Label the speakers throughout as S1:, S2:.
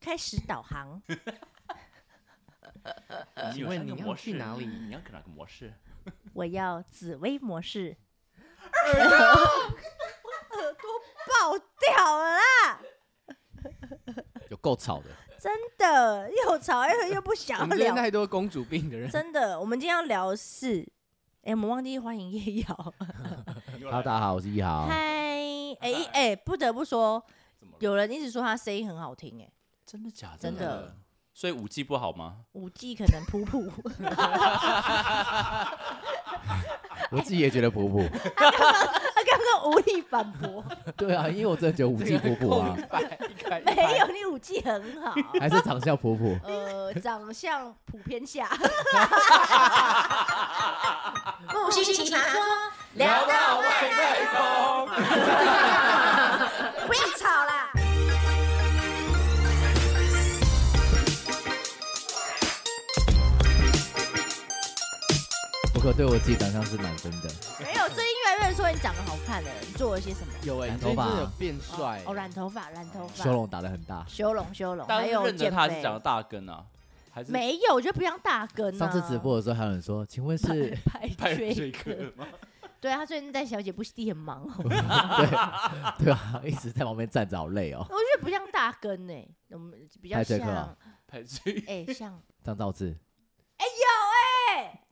S1: 开始导航。呃
S2: 你有
S3: 请问
S2: 三个
S3: 您要
S2: 模
S3: 去
S2: 式
S3: 哪里
S2: 你要哪个模 式？
S1: 我要紫薇模式。耳朵，爆掉了啦！
S3: 有够吵的，
S1: 真的又吵又又不
S3: 我
S1: 想
S3: 们这边
S1: 聊，
S3: 太多公主病的人。
S1: 真的。我们今天要聊的是，哎、我们忘记欢迎叶 瑶。
S2: 又
S3: Hello，
S2: 来
S3: 大家好，我是一豪。
S1: 嗨，哎哎，不得不说，
S2: 怎么了？
S1: 有人一直说他声音很好听、哎，
S2: 真的假的？
S1: 真的。
S2: 所以五 G 不好 吗？
S1: 五 G 可能普普，
S3: 我自己也觉 得普普。
S1: 他刚刚无力反驳，
S3: 对啊，因为我真的觉得五 G 普普啊，
S1: 没有，你五 G 很好。
S3: 还是长相普普。
S1: 呃，长相普遍 下，
S4: 不许奇葩说，
S2: 聊到外太空。
S4: 不要吵啦！
S3: 我可对我自己长相是满分的。
S1: 没有。最近越来越说你长得好看了，你做了些什么？
S3: 有
S5: 欸
S3: 哎、
S2: 染
S3: 你
S2: 头
S3: 最近
S2: 发
S3: 真的有变帅、
S1: 哦，染头发，染头发，
S3: 修容打得很大。
S1: 修容，修容，
S2: 大
S1: 还
S2: 家
S1: 有
S2: 认得
S1: 减
S2: 他是
S1: 肥
S2: 长。得大根啊，还是
S1: 没有，我觉得不像大根、啊。
S3: 上次直播的时候还有人说，请问是
S1: 拍
S2: 派
S1: 追
S2: 瑞
S1: 哥
S2: 克吗？
S1: 对他最近在小姐不息地很忙哦，我
S3: 对对啊，一直在旁边站着好累哦。
S1: 觉得不像大根呢、我们比较
S3: 派追
S1: 像
S3: 克啊
S2: 派瑞
S1: 哎、像
S3: 张兆志、
S1: 哎、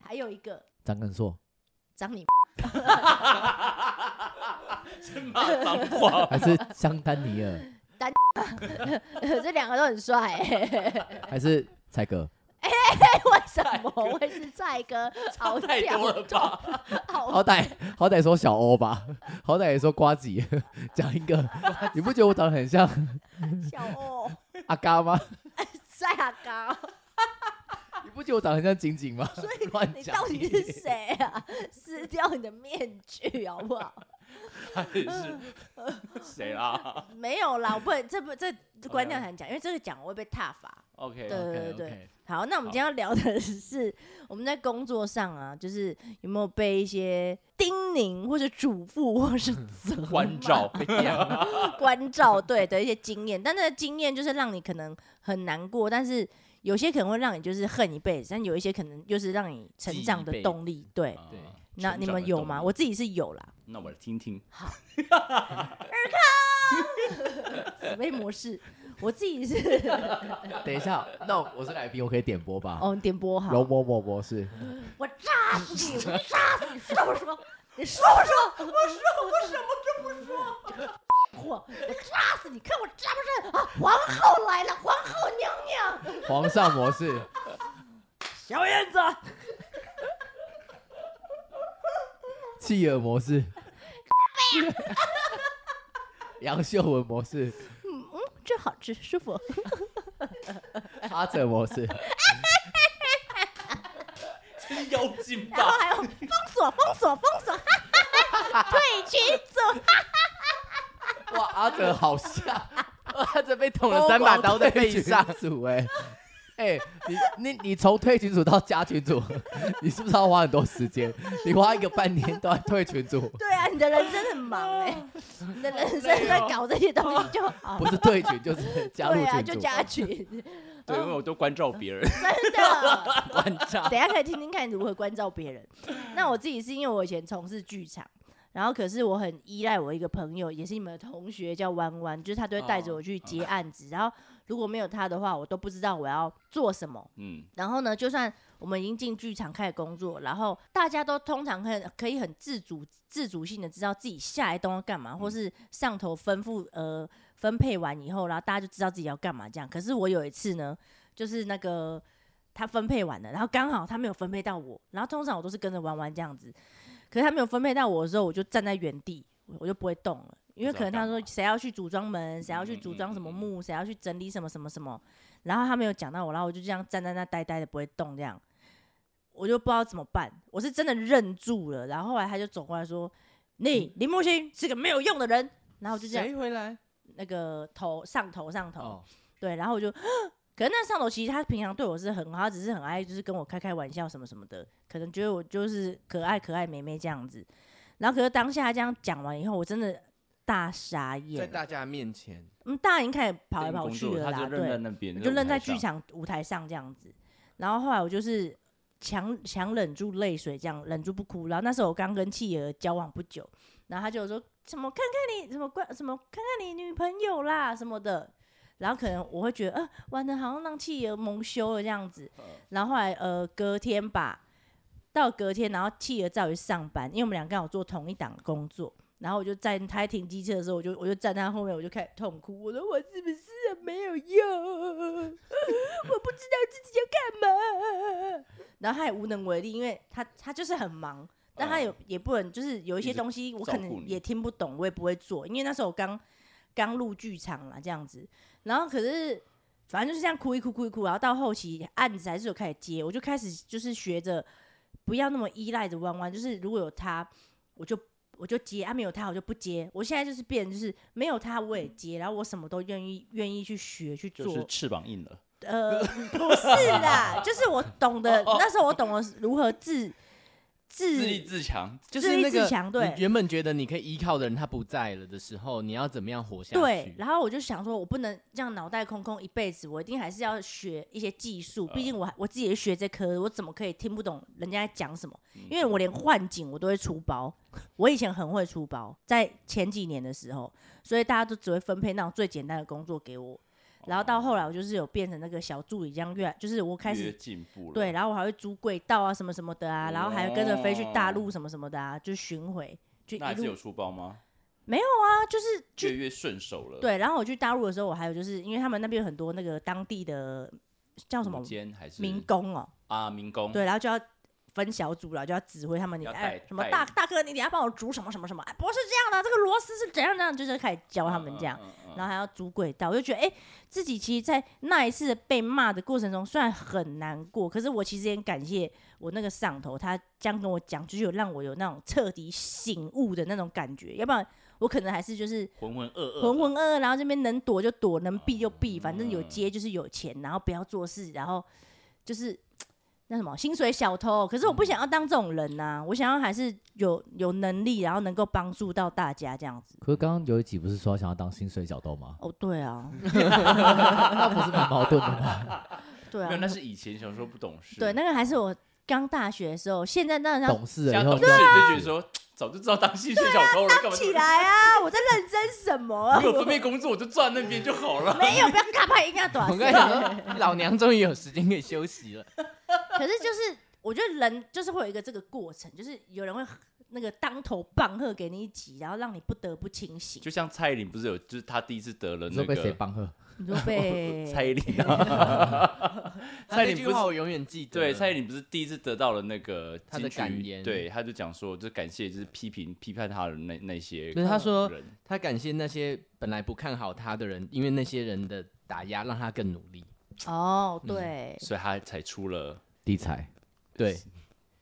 S1: 还有一个
S3: 张根硕，
S1: 长你
S2: 是骂脏话。
S3: 还是香丹尼 尔，
S1: 这两个都很帅、欸，
S3: 还是蔡哥？
S1: 为什么会是蔡哥嘲
S2: 太多了
S1: 笑？
S2: 吧？
S1: 好
S3: 好歹好歹说小欧吧，好歹也说瓜子， 讲一个，你不觉得我长得很像
S1: 笑哦，
S3: 阿嘎吗？
S1: 帅啊高，
S3: 你不觉得我长得很像景景吗？乱
S1: 你
S3: 讲
S1: 到底是谁啊？ 撕掉你的面具好 不好？
S2: 他也 是谁啦
S1: 没有啦，我不能，这不这关掉
S2: OK
S1: 才能讲，因为这个讲我会被踏伐。
S2: ？OK，
S1: 对对
S3: OK，OK
S1: 对对。好，那我们今天要聊的是我们在工作上啊，就是有没有被一些叮咛或者嘱咐或是责骂
S2: 关照、 啊被讲
S1: 关照对的一些经验，但那个经验就是让你可能很难过，但是有些可能会让你就是恨一辈子，但有一些可能就是让你成长
S2: 记一辈
S1: 的
S2: 子
S1: 动力。对，
S2: 啊
S3: 对
S1: 那你们有吗？我自己是有啦，
S2: 那我来听听。
S1: 紫薇模式，我自己是
S3: 等一下，那我我是来宾，我可以点播吧？
S1: 哦，你点播好，
S3: 容嬷嬷博士，
S1: 我炸死你！我炸死你！说不说？你说不说？我说我什么都不说。我我炸死你！看我炸不炸？啊！皇后来了，皇后娘娘，
S3: 皇上博士，
S1: 小燕子，
S3: 企鹅博士，杨秀文博士，
S1: 真好吃，舒服。
S3: 阿哲博士，
S2: 这是妖精
S1: 然后
S2: 吧？
S1: 还有封锁，封锁，封锁，哈哈哈退群组，
S3: 哇，阿哲好像
S5: 他这被捅了三把刀在背上，
S3: 组哎。哎、你你你从退群组到加群组，你是不是要花很多时间？你花一个半年都在退群组，
S1: 对啊，你的人生很忙哎、你的人生在搞这些东西就好，
S3: 不是退群就是加入
S1: 对
S3: 群组。
S1: 啊，就加群，哦
S2: 对，因为我都关照 别人。
S1: 真的。
S5: 关照。
S1: 等一下可以听听看如何关照别人。那我自己是因为我以前从事剧场，然后可是我很依赖我一个朋友，也是你们的同学，叫弯弯，就是他都会带着我去接案子。然后如果没有他的话，我都不知道我要做什么。
S2: 嗯，
S1: 然后呢，就算我们已经进剧场开始工作，然后大家都通常很可以很自主、自主性的知道自己下一栋要干嘛，
S2: 嗯
S1: 或是上头吩咐呃分配完以后，然后大家就知道自己要干嘛这样。可是我有一次呢，就是那个他分配完了，然后刚好他没有分配到我，然后通常我都是跟着玩玩这样子，可是他没有分配到我的时候，我就站在原地，我我就不会动了。因为可能他说
S2: 不知道干嘛
S1: 谁要去组装门，谁要去
S2: 嗯
S1: 组
S2: 嗯
S1: 装
S2: 嗯
S1: 什么
S2: 嗯
S1: 木，谁要去整理什么什么什么，然后他没有讲到我，然后我就这样站在那呆呆的不会动，这样我就不知道怎么办。我是真的愣住了，然后后来他就走过来说：“你
S2: 嗯
S1: 林木星是个没有用的人。”然后我就这样
S5: 谁回来？
S1: 那个头上头上头、
S3: 哦，
S1: 对，然后我就， 可是那上头其实他平常对我是很好，他只是很爱就是跟我开开玩笑什么什么的，可能觉得我就是可爱可爱妹妹这样子。然后可是当下这样讲完以后，我真的大傻
S2: 在
S1: 眼。
S2: 大家面前
S1: 嗯，大家已经开始跑来
S2: 电
S1: 跑
S2: 工
S1: 去
S2: 作
S1: 了
S2: 他
S1: 啦，
S2: 就愣在
S1: 对，
S2: 那边，
S1: 就愣在
S2: 舞台
S1: 剧
S2: 上。
S1: 场舞台上这样子。然后后来我就是强强忍住泪水，这样忍住不哭。然后那时候我刚跟契儿交往不久，然后他就说什么看看你什么关什么看看你女朋友啦什么的。然后可能我会觉得，呃，玩的好像让契儿蒙羞了这样子。
S2: 嗯
S1: 然后后来呃隔天吧，到隔天，然后契儿在我去上班，因为我们俩刚好做同一档工作。然后我就在他在停机车的时候，我就我就站他后面，我就开始痛哭。我说我是不是没有用？我不知道自己要干嘛。然后他也无能为力，因为他他就是很忙，但他
S2: 嗯
S1: 有、也不能就是有一些
S2: 一直
S1: 东西我
S2: 照
S1: 可
S2: 顾
S1: 能
S2: 你
S1: 也听不懂，我也不会做，因为那时候我刚刚入剧场啦这样子。然后可是反正就是这样哭一哭哭一哭，然后到后期案子还是有开始接，我就开始就是学着不要那么依赖着弯弯，就是如果有他我就。我就接啊，没有他我就不接。我现在就是变，就是没有他我也接，然后我什么都愿意愿意去学去做，
S2: 嗯就是翅膀硬了，
S1: 呃，不是啦，就是我懂得那时候我懂得如何自自
S2: 哦自立自强，
S5: 就是
S1: 自
S5: 那
S1: 立自
S5: 个
S1: 强对
S5: 你原本觉得你可以依靠的人他不在了的时候，你要怎么样活下去？
S1: 对，然后我就想说，我不能这样脑袋空空一辈子，我一定还是要学一些技术，毕
S2: 呃
S1: 竟我还我自己也学这科的，我怎么可以听不懂人家在讲什么？
S2: 嗯
S1: 因为我连幻景我都会出包，我以前很会出包，在前几年的时候，所以大家都只会分配那种最简单的工作给我，然后到
S2: 哦
S1: 后来我就是有变成那个小助理这样越来，就是我开始
S2: 越进步了。
S1: 对，，然后我还会租轨道啊什么什么的啊，然后还跟着飞去大陆什么什么的啊，就巡回，就一
S2: 哦那还是
S1: 路
S2: 有出包吗？
S1: 啊，就是
S2: 越
S1: 去
S2: 越顺手了。，
S1: 对。然后我去大陆的时候，我还有就是因为他们那边有很多那个当地的叫什么
S2: 间还是
S1: 民工哦，
S2: 啊，民工。
S1: 对，然后就要分小组了，就要指挥他们，你
S2: 要
S1: 哎
S2: 带
S1: 什么
S2: 带
S1: 大大哥，你等下帮我煮什么什么什么，哎不是这样的，这个螺丝是怎样怎样，就是开始教
S2: 嗯，
S1: 他们这样。
S2: 嗯，嗯
S1: 然后还要拄轨道，我就觉得哎、诶自己其实，在那一次被骂的过程中，虽然很难过，可是我其实也很感谢我那个上头，他这样跟我讲，就是有让我有那种彻底醒悟的那种感觉，要不然我可能还是就是
S2: 浑浑噩噩，
S1: 浑浑噩噩，然后这边能躲就躲，能避就避，反正有
S2: 嗯
S1: 接就是有钱，然后不要做事，然后就是。那什么薪水小偷，可是我不想要当这种人呐、我想要还是有有能力，然后能够帮助到大家这样子。
S3: 可是刚刚有一集不是说想要当薪水小 偷吗？
S1: 哦，对啊，
S5: 啊
S3: 那不是蛮矛盾的吗？
S1: 对啊
S2: 没有，，那是以前小时候不懂事。
S1: 对，那个还是我刚大学的时候，现在当然要
S3: 懂
S5: 啊
S3: 事了
S2: 现
S3: 以
S2: 在
S3: 后
S2: 懂事
S1: 啊
S2: 就觉得说，早就知道当戏水小偷了，干嘛这么
S1: 起？来啊！我在认真什么啊
S2: 我？有分配工作，我就站那边就好 了。
S1: 没有，不要卡拍，应该 短
S5: 我跟你说，老娘终于有时间可以休息了。
S1: 可是就是，我觉得人就是会有一个这个过程，就是有人会那个当头棒喝给你一击，然后让你不得不清醒。
S2: 就像蔡依林不是有，就是她第一次得了
S3: 你
S2: 那
S3: 说被谁
S2: 个
S3: 帮喝？
S1: 你说 被
S2: 蔡依林 啊，蔡
S5: 那
S2: 依林
S5: 句
S2: 不是
S5: 话我永远记得。
S2: 对，蔡依林不是第一次得到了那个
S5: 她的
S2: 金曲
S5: 感言
S2: 对，她就讲说，就感谢就是批评批判她的那那些
S5: 不是她说
S2: 人，
S5: 他感谢那些本来不看好他的人，因为那些人的打压让他更努力。
S1: 哦，对，
S2: 所以她才出了。
S3: 地财，
S5: 对，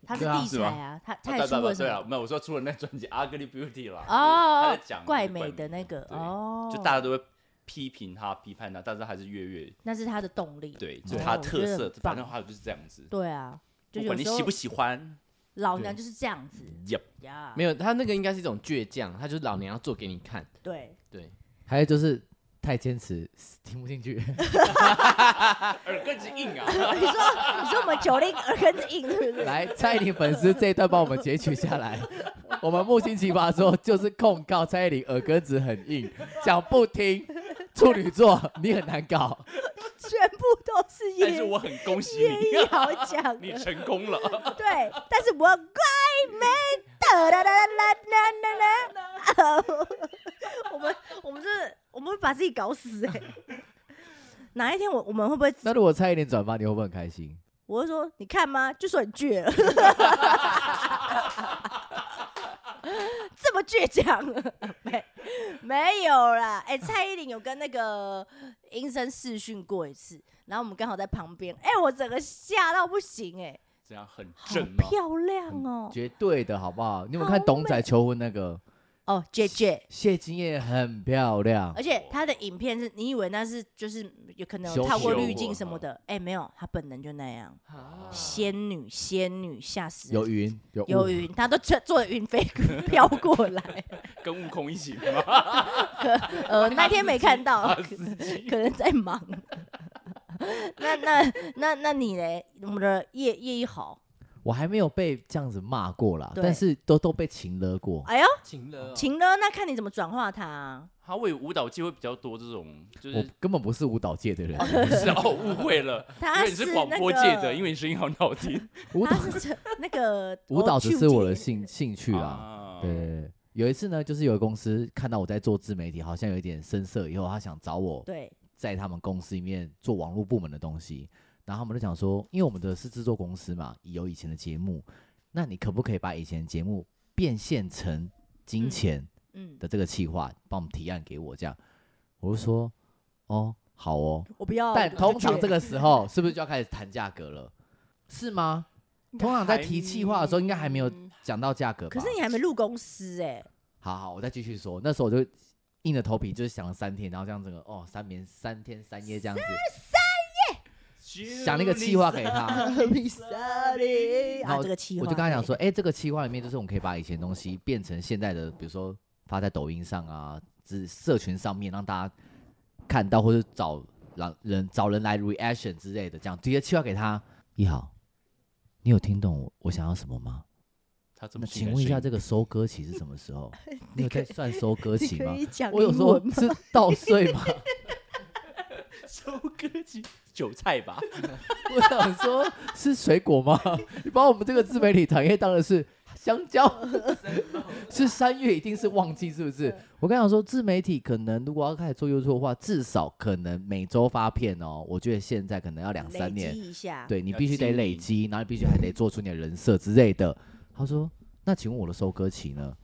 S1: 他是
S3: 对啊
S1: 地
S2: 是
S1: 才
S2: 吗
S1: 啊，他他
S2: 啊
S1: 也
S2: 对
S1: 出
S2: 对
S1: 了
S2: 对
S1: 什
S2: 对
S1: 么
S2: 啊，？没有，我说出了那专辑《Ugly Beauty》啦。
S1: 哦
S2: 她在讲
S1: 怪
S2: 美
S1: 美的那个
S2: 对
S1: 哦，
S2: 就大家都会批评她、批判她，但是她还是月月
S1: 那是他的动力。哦
S2: 对，就是她的特
S1: 我觉得
S2: 色
S1: 很，棒
S2: 反正她就是这样子。
S1: 对啊，就
S2: 不
S1: 有
S2: 管你
S1: 时
S2: 喜
S1: 候
S2: 不喜欢
S1: 老娘就是这样子
S2: ，Yep，
S1: 呀
S5: 没，有他那个应该是一种倔强，他就是老娘要做给你看。
S1: 对，
S5: 对，
S3: 还有就是太坚持，听不进去。
S2: 耳根子硬 啊。
S1: 你说你说我们九零耳根子硬是不 是？
S3: 来，蔡依林粉丝这一段帮我们截取下来。 我们木星奇葩说就是控告蔡依林耳根子很硬，讲不听，处女座你很难搞。
S1: 全部都是
S2: 但
S1: 业
S2: 是我很恭喜
S1: 业
S2: 你，啊
S1: 一好讲
S2: 你成功了。
S1: 对，但是我怪美的啦啦啦啦啦啦啦，哦我们我们这我们会把自己搞死哎、哪一天我我们会不会？
S3: 那如果蔡依林转发，你会不会很开心？
S1: 我会说你看吗？就说你倔了，这么倔强，没没有啦。哎、蔡依林有跟那个医生试训过一次，然后我们刚好在旁边，哎、我整个吓到不行哎、
S2: 这样很
S1: 好
S2: 正吗？
S1: 漂亮哦、
S3: 绝对的好不好？你有没有
S1: 好
S3: 看董仔求婚那个？
S1: 哦，J J，
S3: 谢金燕很漂亮，
S1: 而且她的影片是你以为那是就是有可能有
S3: 修
S1: 套过
S2: 修
S1: 滤
S2: 过
S1: 镜什么的，哎，没有，她本人就那样，
S5: 啊
S1: 仙女仙女吓死
S3: 有
S1: 人。
S3: 云有
S1: 有
S3: 雾
S1: 云，她都坐坐着云 飞飘过来，
S2: 跟悟空一起吗？
S1: 呃，那天没看到，
S2: 司机
S1: 可能在忙。 那那那那你嘞？我们的叶叶一豪，
S3: 我还没有被这样子骂过啦，
S1: 对
S3: 但是都都被情勒
S2: 啊
S3: 过。
S1: 哎呦，
S5: 晴
S2: 嗯
S5: 了哦，
S1: 晴呢？那看你怎么转化他、啊。
S2: 他为舞蹈界会比较多这种，就
S3: 我
S2: 是
S3: 根本不是舞蹈界的人，
S2: 是哦，误会了，因
S1: 他
S2: 为你
S1: 是
S2: 是
S1: 那
S2: 广
S1: 个，
S2: 播界的，因为你声音好好听。
S3: 舞蹈
S1: 他是这那个
S3: 舞蹈只是我的
S1: 兴。
S3: 兴兴趣啦。
S2: 啊
S3: 对对，对有一次呢，就是有个公司看到我在做自媒体，好像有一点生涩，以后他想找我
S1: 对，
S3: 在他们公司里面做网络部门的东西，然后他们就讲说，因为我们的是制作公司嘛，有以前的节目，那你可不可以把以前的节目变现成金钱
S1: 嗯，
S3: 的这个企划，帮我们提案给我这样？我就说，哦，好哦。
S1: 我不要。
S3: 但
S1: 我
S3: 通常
S1: 拒绝
S3: 这个时候是不是就要开始谈价格了？是吗？通常在提企划的时候，应该还没有讲到价格吧？
S1: 可是你还没入公司哎、
S3: 好好，我再继续说。那时候我就硬着头皮，就是想了三天，然后这样整个哦，三天三天三夜这样子，想了一个企划给他。 然
S1: 啊，
S3: 后
S1: 这个企划，
S3: 我就跟他讲说，
S1: 对，
S3: 哎、这个企划里面就是我们可以把以前的东西变成现在的，比如说发在抖音上啊，只社群上面让大家看到，或者找让人找人来 reaction 之类的，这样直接企划给他。一豪，你有听懂我我想要什么吗？
S2: 他这
S3: 那
S2: 么
S3: 请问一下，这
S2: 个
S3: 个收割期是什么 时候？你有在算收割
S1: 你
S3: 期
S1: 可
S3: 吗？
S1: 以讲
S3: 我有
S1: 英
S3: 说
S1: 文吗
S3: 是稻穗吗？
S2: 收割机韭菜吧？
S3: 我想说，是水果吗？ 你把我们这个自媒体产业当的是香蕉，是三月一定是旺季，是不是？我跟你讲说，自媒体可能如果要开始做 YouTube 的话，至少可能每周发片哦。我觉得现在可能 要两三
S1: 累
S3: 年，
S1: 积一下，
S3: 对你
S2: 要
S3: 必须得
S2: 经
S3: 累
S2: 营
S3: 积，然后你必须还得做出你的人设之类的。他说：“那请问我的收割期呢？”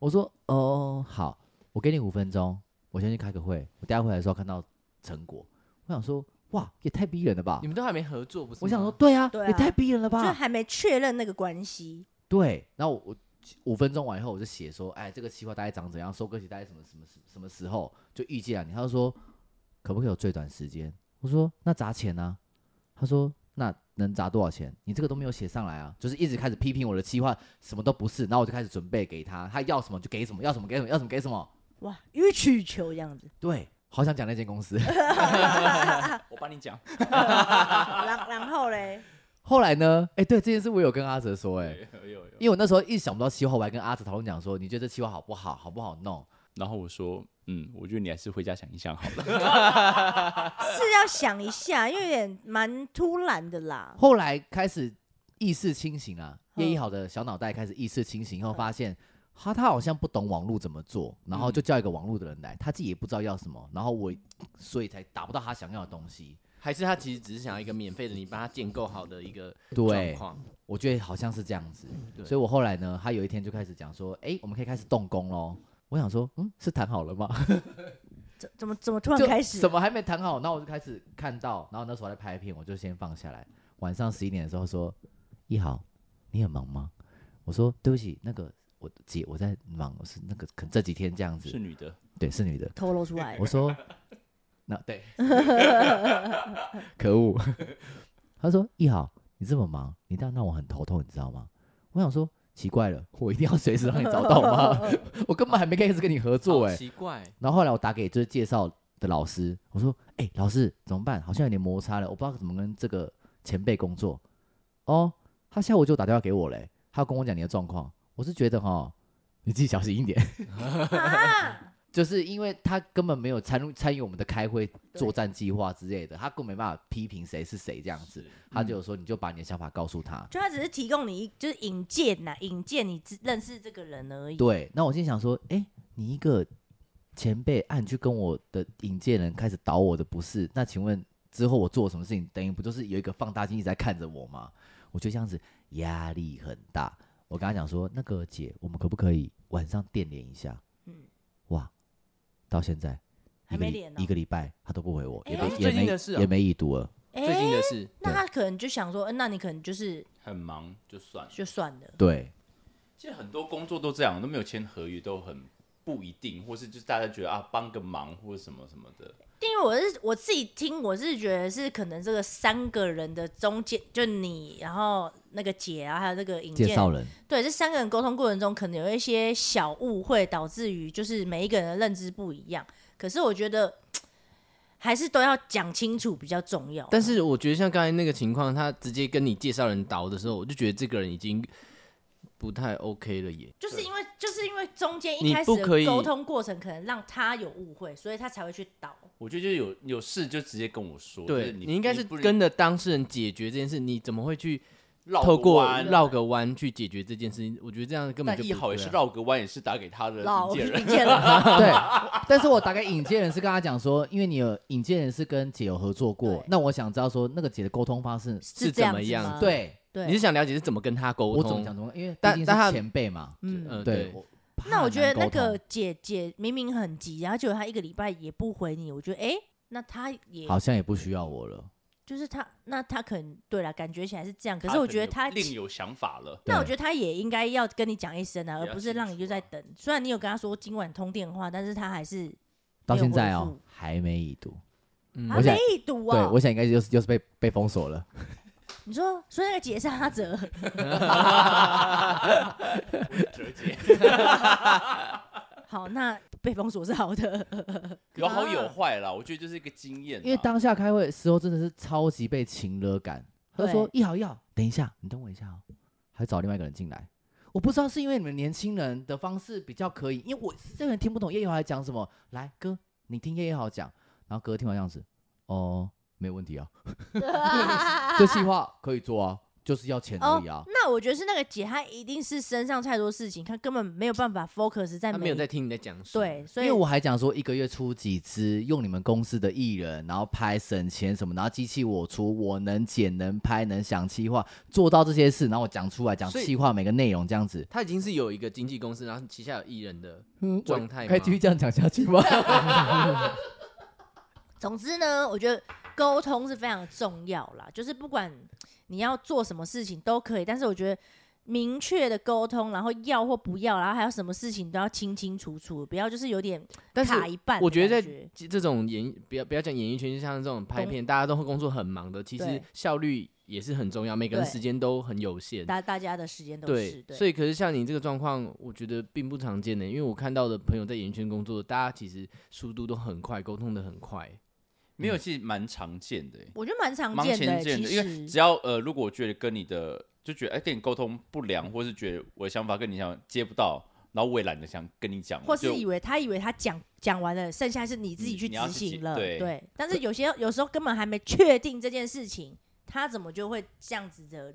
S3: 我说：“哦，好，我给你五分钟，我先去开个会。我待会回来的时候看到成果，我想说，哇，也太逼人了吧
S5: 你！们都还没合作不是吗？
S3: 我想说，对啊，
S1: 对
S3: 也
S1: 啊
S3: 太逼人了
S1: 就
S3: 吧？
S1: 还没确认那个关系，
S3: 对。然后我我五分钟完以后，我就写说，哎，这个企划大概长怎样，收割期大概什么什么什么什么时候，就预计啊。你他就说，可不可以有最短时间？我说那砸钱啊。他说那能砸多少钱？你这个都没有写上来啊，就是一直开始批评我的企划什么都不是。然后我就开始准备给他，他要什么就给什么，要什么给什么，要什么给什么。
S1: 哇，予取予求这样子，
S3: 对，好想讲那间公司。
S2: 我帮你讲，
S1: 然然后嘞，
S3: 后来呢？哎，对这件事我有跟阿哲说，哎，
S2: 对，有有有。
S3: 因为我那时候一想不到企划，我还跟阿哲讨论讲说，你觉得这企划好不好，好不好弄？
S2: 然后我说，嗯，我觉得你还是回家想一想好了。
S1: 是要想一下，因为有点蛮突然的啦，
S3: 后来开始意识清醒啊，
S1: 嗯
S3: 叶一好的小脑袋开始意识清醒以后，发现他他好像不懂网络怎么做，然后就叫一个网络的人来，他自己也不知道要什么，然后我所以才达不到他想要的东西。
S5: 还是他其实只是想要一个免费的，你帮他建构好的一个状
S3: 对，
S5: 况。嗯
S3: 我觉得好像是这样子，
S5: 对
S3: 所以我后来呢，他有一天就开始讲说，哎、我们可以开始动工喽。我想说，嗯，是谈好了吗？
S1: 怎怎么怎么突然
S3: 就
S1: 开始
S3: 什？么还没谈好，然后我就开始看到，然后那时候还在拍片，我就先放下来。晚上十一点的时候说：“一豪，你很忙吗？”我说：“对不起，那个我姐我在忙，我是那个可能这几天这样
S2: 是
S3: 子，
S2: 女的，
S3: 对，是女的。
S1: 透露出来”
S3: 我，说：“那 对，可恶。” 他说：“一豪，你这么忙，你这样让我很头痛，你知道吗？”我想说。奇怪了，我一定要随时让你找到
S1: 哦
S3: 吗？ 我根本还没开始跟你合作
S5: 好
S3: 哎、
S5: 奇怪，
S3: 然后后来我打给就是介绍的老师，我说：“哎、老师怎么办？好像有点摩擦了，我不知道怎么跟这个前辈工作。”哦，他下午就打电话给我嘞、他跟我讲你的状况。我是觉得哈，你自己小心一点，
S1: 啊，
S3: 就是因为他根本没有参入参与我们的开会、作战计划之类的，他根本没办法批评谁是谁这样子。他就有说，你就把你的想法告诉他。
S1: 就他只是提供你一就是引荐呐，引荐你知认识这个人而已，
S3: 对，那我心想说，哎、你一个前辈，按、你去跟我的引荐人开始导我的不是，那请问之后我做了什么事情，等于不就是有一个放大镜一直在看着我吗？我觉得这样子压力很大。我跟他讲说，那个姐，我们可不可以晚上电联一下？
S1: 嗯
S3: 嗯，哇，到现在
S1: 还
S3: 一个
S1: 没
S3: 礼
S1: 连哦
S3: 一个礼拜他都不回我，也
S1: 哎
S3: 没
S5: 是
S3: 也
S5: 最近
S3: 没
S5: 的事啊
S3: 也没已读了。
S1: 哎
S5: 最近的事，
S1: 那他可能就想说，嗯，那你可能就是
S2: 很忙就算了。
S1: 就算了。
S3: 对，
S2: 其实很多工作都这样，都没有签合约，都很不一定，或是就是大家觉得啊帮个忙或者什么什么的，
S1: 因为我是我自己听，我是觉得是可能这个三个人的中间，就你，然后那个姐，然后还有这个引
S3: 介
S1: 荐
S3: 绍人
S1: 对，这三个人沟通过程中，可能有一些小误会，导致于就是每一个人的认知不一样。可是我觉得还是都要讲清楚比较重要。啊
S5: 但是我觉得像刚才那个情况，他直接跟你介绍人倒的时候，我就觉得这个人已经不太 OK 了耶。
S1: 就是因为就是因为中间一
S5: 你
S1: 开
S5: 不
S1: 始
S5: 可
S1: 的
S5: 以
S1: 沟通过程可能让他有误会，所以他才会去倒。
S2: 我觉得就是有有事就直接跟我说，就
S5: 对
S2: 是你
S5: 你应该是
S2: 不
S5: 跟着当事人解决这件事，你怎么会去
S2: 绕
S5: 透
S2: 个
S5: 过
S2: 弯啊
S5: 绕个弯去解决这件事情？我觉得这样根本
S2: 但
S5: 就
S2: 一
S5: 不
S2: 好也
S5: 对
S2: 是
S5: 啊
S2: 绕个弯，也是打给他的
S1: 老
S2: 引荐人，
S1: 见了，
S3: 对，但是我打给引荐人是跟他讲说，因为你有引荐人是跟姐有合作过
S1: 对，
S3: 那我想知道说那个姐的沟通方式，
S5: 是
S1: 这
S5: 怎
S1: 样
S5: 么
S1: 子
S5: 样
S1: 吗？
S3: 对
S1: 对，
S5: 你是想了解是怎么跟他沟
S3: 我怎么
S5: 通？
S3: 讲怎么，因为毕
S5: 但
S3: 竟
S5: 但
S3: 是
S5: 他
S3: 前辈嘛，
S1: 嗯。
S5: 嗯，
S3: 对
S5: 对，。
S3: 我
S1: 那我觉得那，
S3: 怕很难
S1: 个
S3: 沟
S1: 姐姐明明很急，然后结果她一个礼拜也不回你，我觉得哎、诶那她也
S3: 通好像也不需要我了。
S1: 就是她，那她可能对了，感觉起来是这样。可
S2: 他
S1: 是我
S2: 能
S1: 觉得
S2: 有
S1: 她
S2: 另有想法了。
S1: 那我
S3: 对
S1: 觉得他也应该要跟你讲一声啊，
S2: 也
S1: 而
S2: 要
S1: 不是
S2: 清
S1: 让你
S2: 楚
S1: 就在
S2: 啊
S1: 等。虽然你有跟他说今晚通电话，但是他还是
S3: 到
S1: 没有
S3: 现在
S1: 回
S3: 哦
S1: 复，
S3: 还没已读。
S5: 嗯
S1: 他
S3: 我想
S1: 没读
S3: 对，
S1: 啊。
S3: 我想应该就是就是被被封锁了。
S1: 你说，所以那个姐是阿 哲，
S2: 哲姐
S1: 好，那被封锁是好的。
S2: 有好有坏啦，我觉得就是一个经验啦。啊
S3: 因为当下开会的时候真的是超级被情勒感，他就说
S1: 对
S3: 一好一好，等一下，你等我一下哦，还找另外一个人进来。我不知道是因为你们年轻人的方式比较可以，因为我这个人听不懂叶一豪在讲什么。来，哥，你听叶一豪讲，然后哥听完这样子，哦，没有问题啊，这计划可以做啊，就是要钱而
S1: 哦
S3: 已啊。，
S1: 那我觉得是那个姐，她一定是身上太多事情，她根本没有办法 focus 在
S5: 他
S1: 每
S5: 没有
S1: 一
S5: 在听啊你在讲什么。
S1: 对，所
S3: 因
S1: 以
S3: 为我还讲说一个月出几支，用你们公司的艺人，然后拍省钱什么，然后机器我出，我能剪能拍能想企划，做到这些事，然后我讲出来讲
S5: 所以
S3: 企划每个内容这样子。
S5: 他已经是有一个经纪公司，然后旗下有艺人的
S3: 嗯
S5: 状态吗
S3: 可以继续这样讲下去吗？
S1: 总之呢，我觉得沟通是非常重要啦，就是不管你要做什么事情都可以，但是我觉得明确的沟通，然后要或不要，然后还有什么事情都要清清楚楚，不要就是有点
S5: 但是
S1: 卡一半的感。
S5: 我觉得在这这种演艺不要不要讲演艺圈，就像这种拍
S1: 工
S5: 片，大家都会工作很忙的，其实
S1: 对
S5: 效率也是很重要，每个人
S1: 对
S5: 时间都很有限。
S1: 大大家的时间都是
S5: 对，
S1: 对，
S5: 所以可是像你这个状况，我觉得并不常见的，因为我看到的朋友在演艺圈工作，大家其实速度都很快，沟通的很快。
S2: 没有，其实蛮常见的欸，
S1: 我觉得蛮常
S2: 蛮
S1: 见的欸、
S2: 常见
S1: 其
S2: 的。
S1: 实
S2: 因为只要呃，如果我觉得跟你的就觉得哎跟你沟通不良，或是觉得我的想法跟你想接不到，然后我也懒得想跟你讲了，
S1: 或是
S2: 就嗯
S1: 以为他以为他讲讲完了，剩下是你自己去
S2: 你要
S1: 执
S2: 自己
S1: 行了，
S2: 对
S1: 但是有些有时候根本还没确定这件事情，他怎么就会这样子的，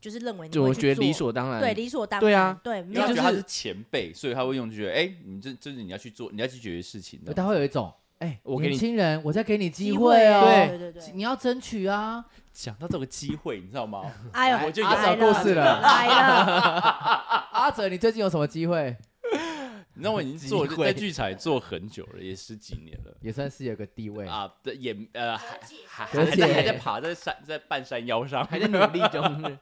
S1: 就是认为你
S5: 就
S1: 会
S5: 我
S1: 去
S5: 觉得理
S1: 做
S5: 所当然。
S1: 对，理所当然。
S5: 对啊
S1: 对，没
S2: 因
S1: 有
S2: 为他觉
S5: 就
S2: 得他
S5: 是
S2: 是前辈，所以他会用觉得哎，你这这是你要去做，你要去解决事情的。
S3: 他会有一种，哎、
S5: 我 给你
S3: 年轻人，我再给你机
S1: 机
S3: 会哦，
S1: 啊对对对。
S3: 你要争取啊。
S2: 讲到这个机会，你知道吗？
S1: 哎呦，
S2: 我就
S3: 阿
S1: 来
S3: 哲
S2: 有
S3: 过世 了，
S1: 来了。
S3: 阿哲，你最近有什么机会？
S2: 你知道我已经做
S5: 机会
S2: 在剧场也做很久了，也十几年了。
S3: 也算是有个地位，
S2: 啊，对也呃还还
S3: 和
S2: 还
S3: 解
S2: 在还在爬在山在半山腰上，
S5: 还在努力 中。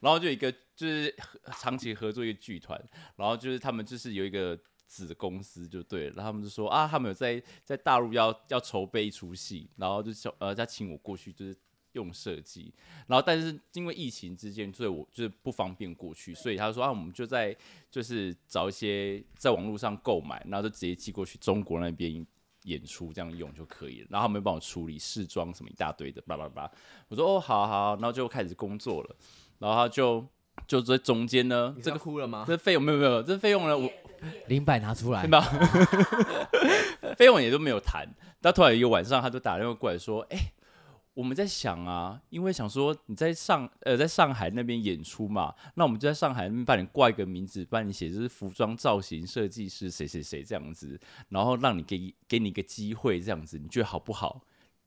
S2: 然后就有一个就是合长期合作一个剧团，然后就是他们就是有一个子公司就对了，然后他们就说啊，他们有在在大陆要要筹备一出戏，然后就叫呃他请我过去就是。用设计，然后但是因为疫情之间，所以我就是不方便过去，所以他说啊，我们就在就是找一些在网络上购买，然后就直接寄过去中国那边演出这样用就可以了。然后他们会帮我处理试装什么一大堆的，叭叭叭。我说哦，好好，好然后就开始工作了。然后他就就在中间呢，这
S5: 这个
S2: 个
S5: 哭了 吗？
S2: 这费用没有没有，这费用呢，我
S3: 零百拿出 来
S2: 真，的费用也都没有谈。但突然有一个晚上，他就打电话过来说：“哎、我们在想啊，因为想说你在上呃在上海那边演出嘛，那我们就在上海那边帮你挂一个名字，帮你写就是服装造型设计师谁谁谁这样子，然后让你给给你一个机会这样子，你觉得好不好？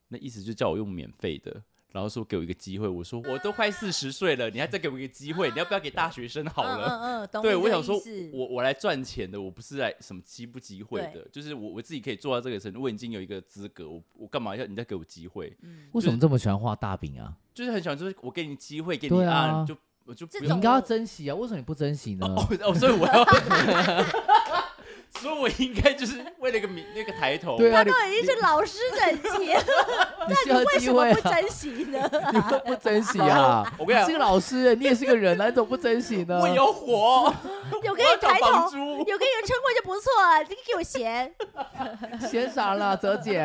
S2: 那意思就叫我用免费的。”然后说给我一个机会，我说我都快四十岁了，你还再给我一个机会，你要不要给大学生 好了？
S1: 嗯嗯嗯，懂
S2: 对，
S1: 你
S2: 我
S1: 这
S2: 想
S1: 意
S2: 说
S1: 思，
S2: 我我来赚钱的，我不是来什么机不机会
S1: 对
S2: 的，就是我我自己可以做到这个程度，我已经有一个资格，我我干嘛要你再给我机会？
S3: 为什么这么喜欢画大饼啊？
S2: 就是很想，就是我给你机会，给你
S3: 对
S2: 啊，
S3: 啊
S2: 你就我就不哦
S1: 这
S3: 你
S2: 用
S1: 种哦
S3: 应该要珍惜啊，为什么你不珍惜呢？
S2: 哦哦，所以我要，所以我应该就是为了一个名那个抬头，
S3: 对啊
S1: 他都已经是老师等级了，
S3: 你需要
S1: 为
S3: 机
S1: 什么
S3: 会
S1: 不
S3: 啊，
S1: 珍惜呢？
S3: 你会不珍惜啊？
S2: 我跟你讲
S3: 是个老师欸，你也是个人啊，你怎么不珍惜 呢
S2: 我？有火，
S1: 有
S2: 我
S1: 给
S2: 要
S1: 你
S2: 缴
S1: 抬
S2: 房
S1: 头，
S2: 租，
S1: 有给你撑过就不错了，你给我闲。
S3: 嫌啥了，泽姐？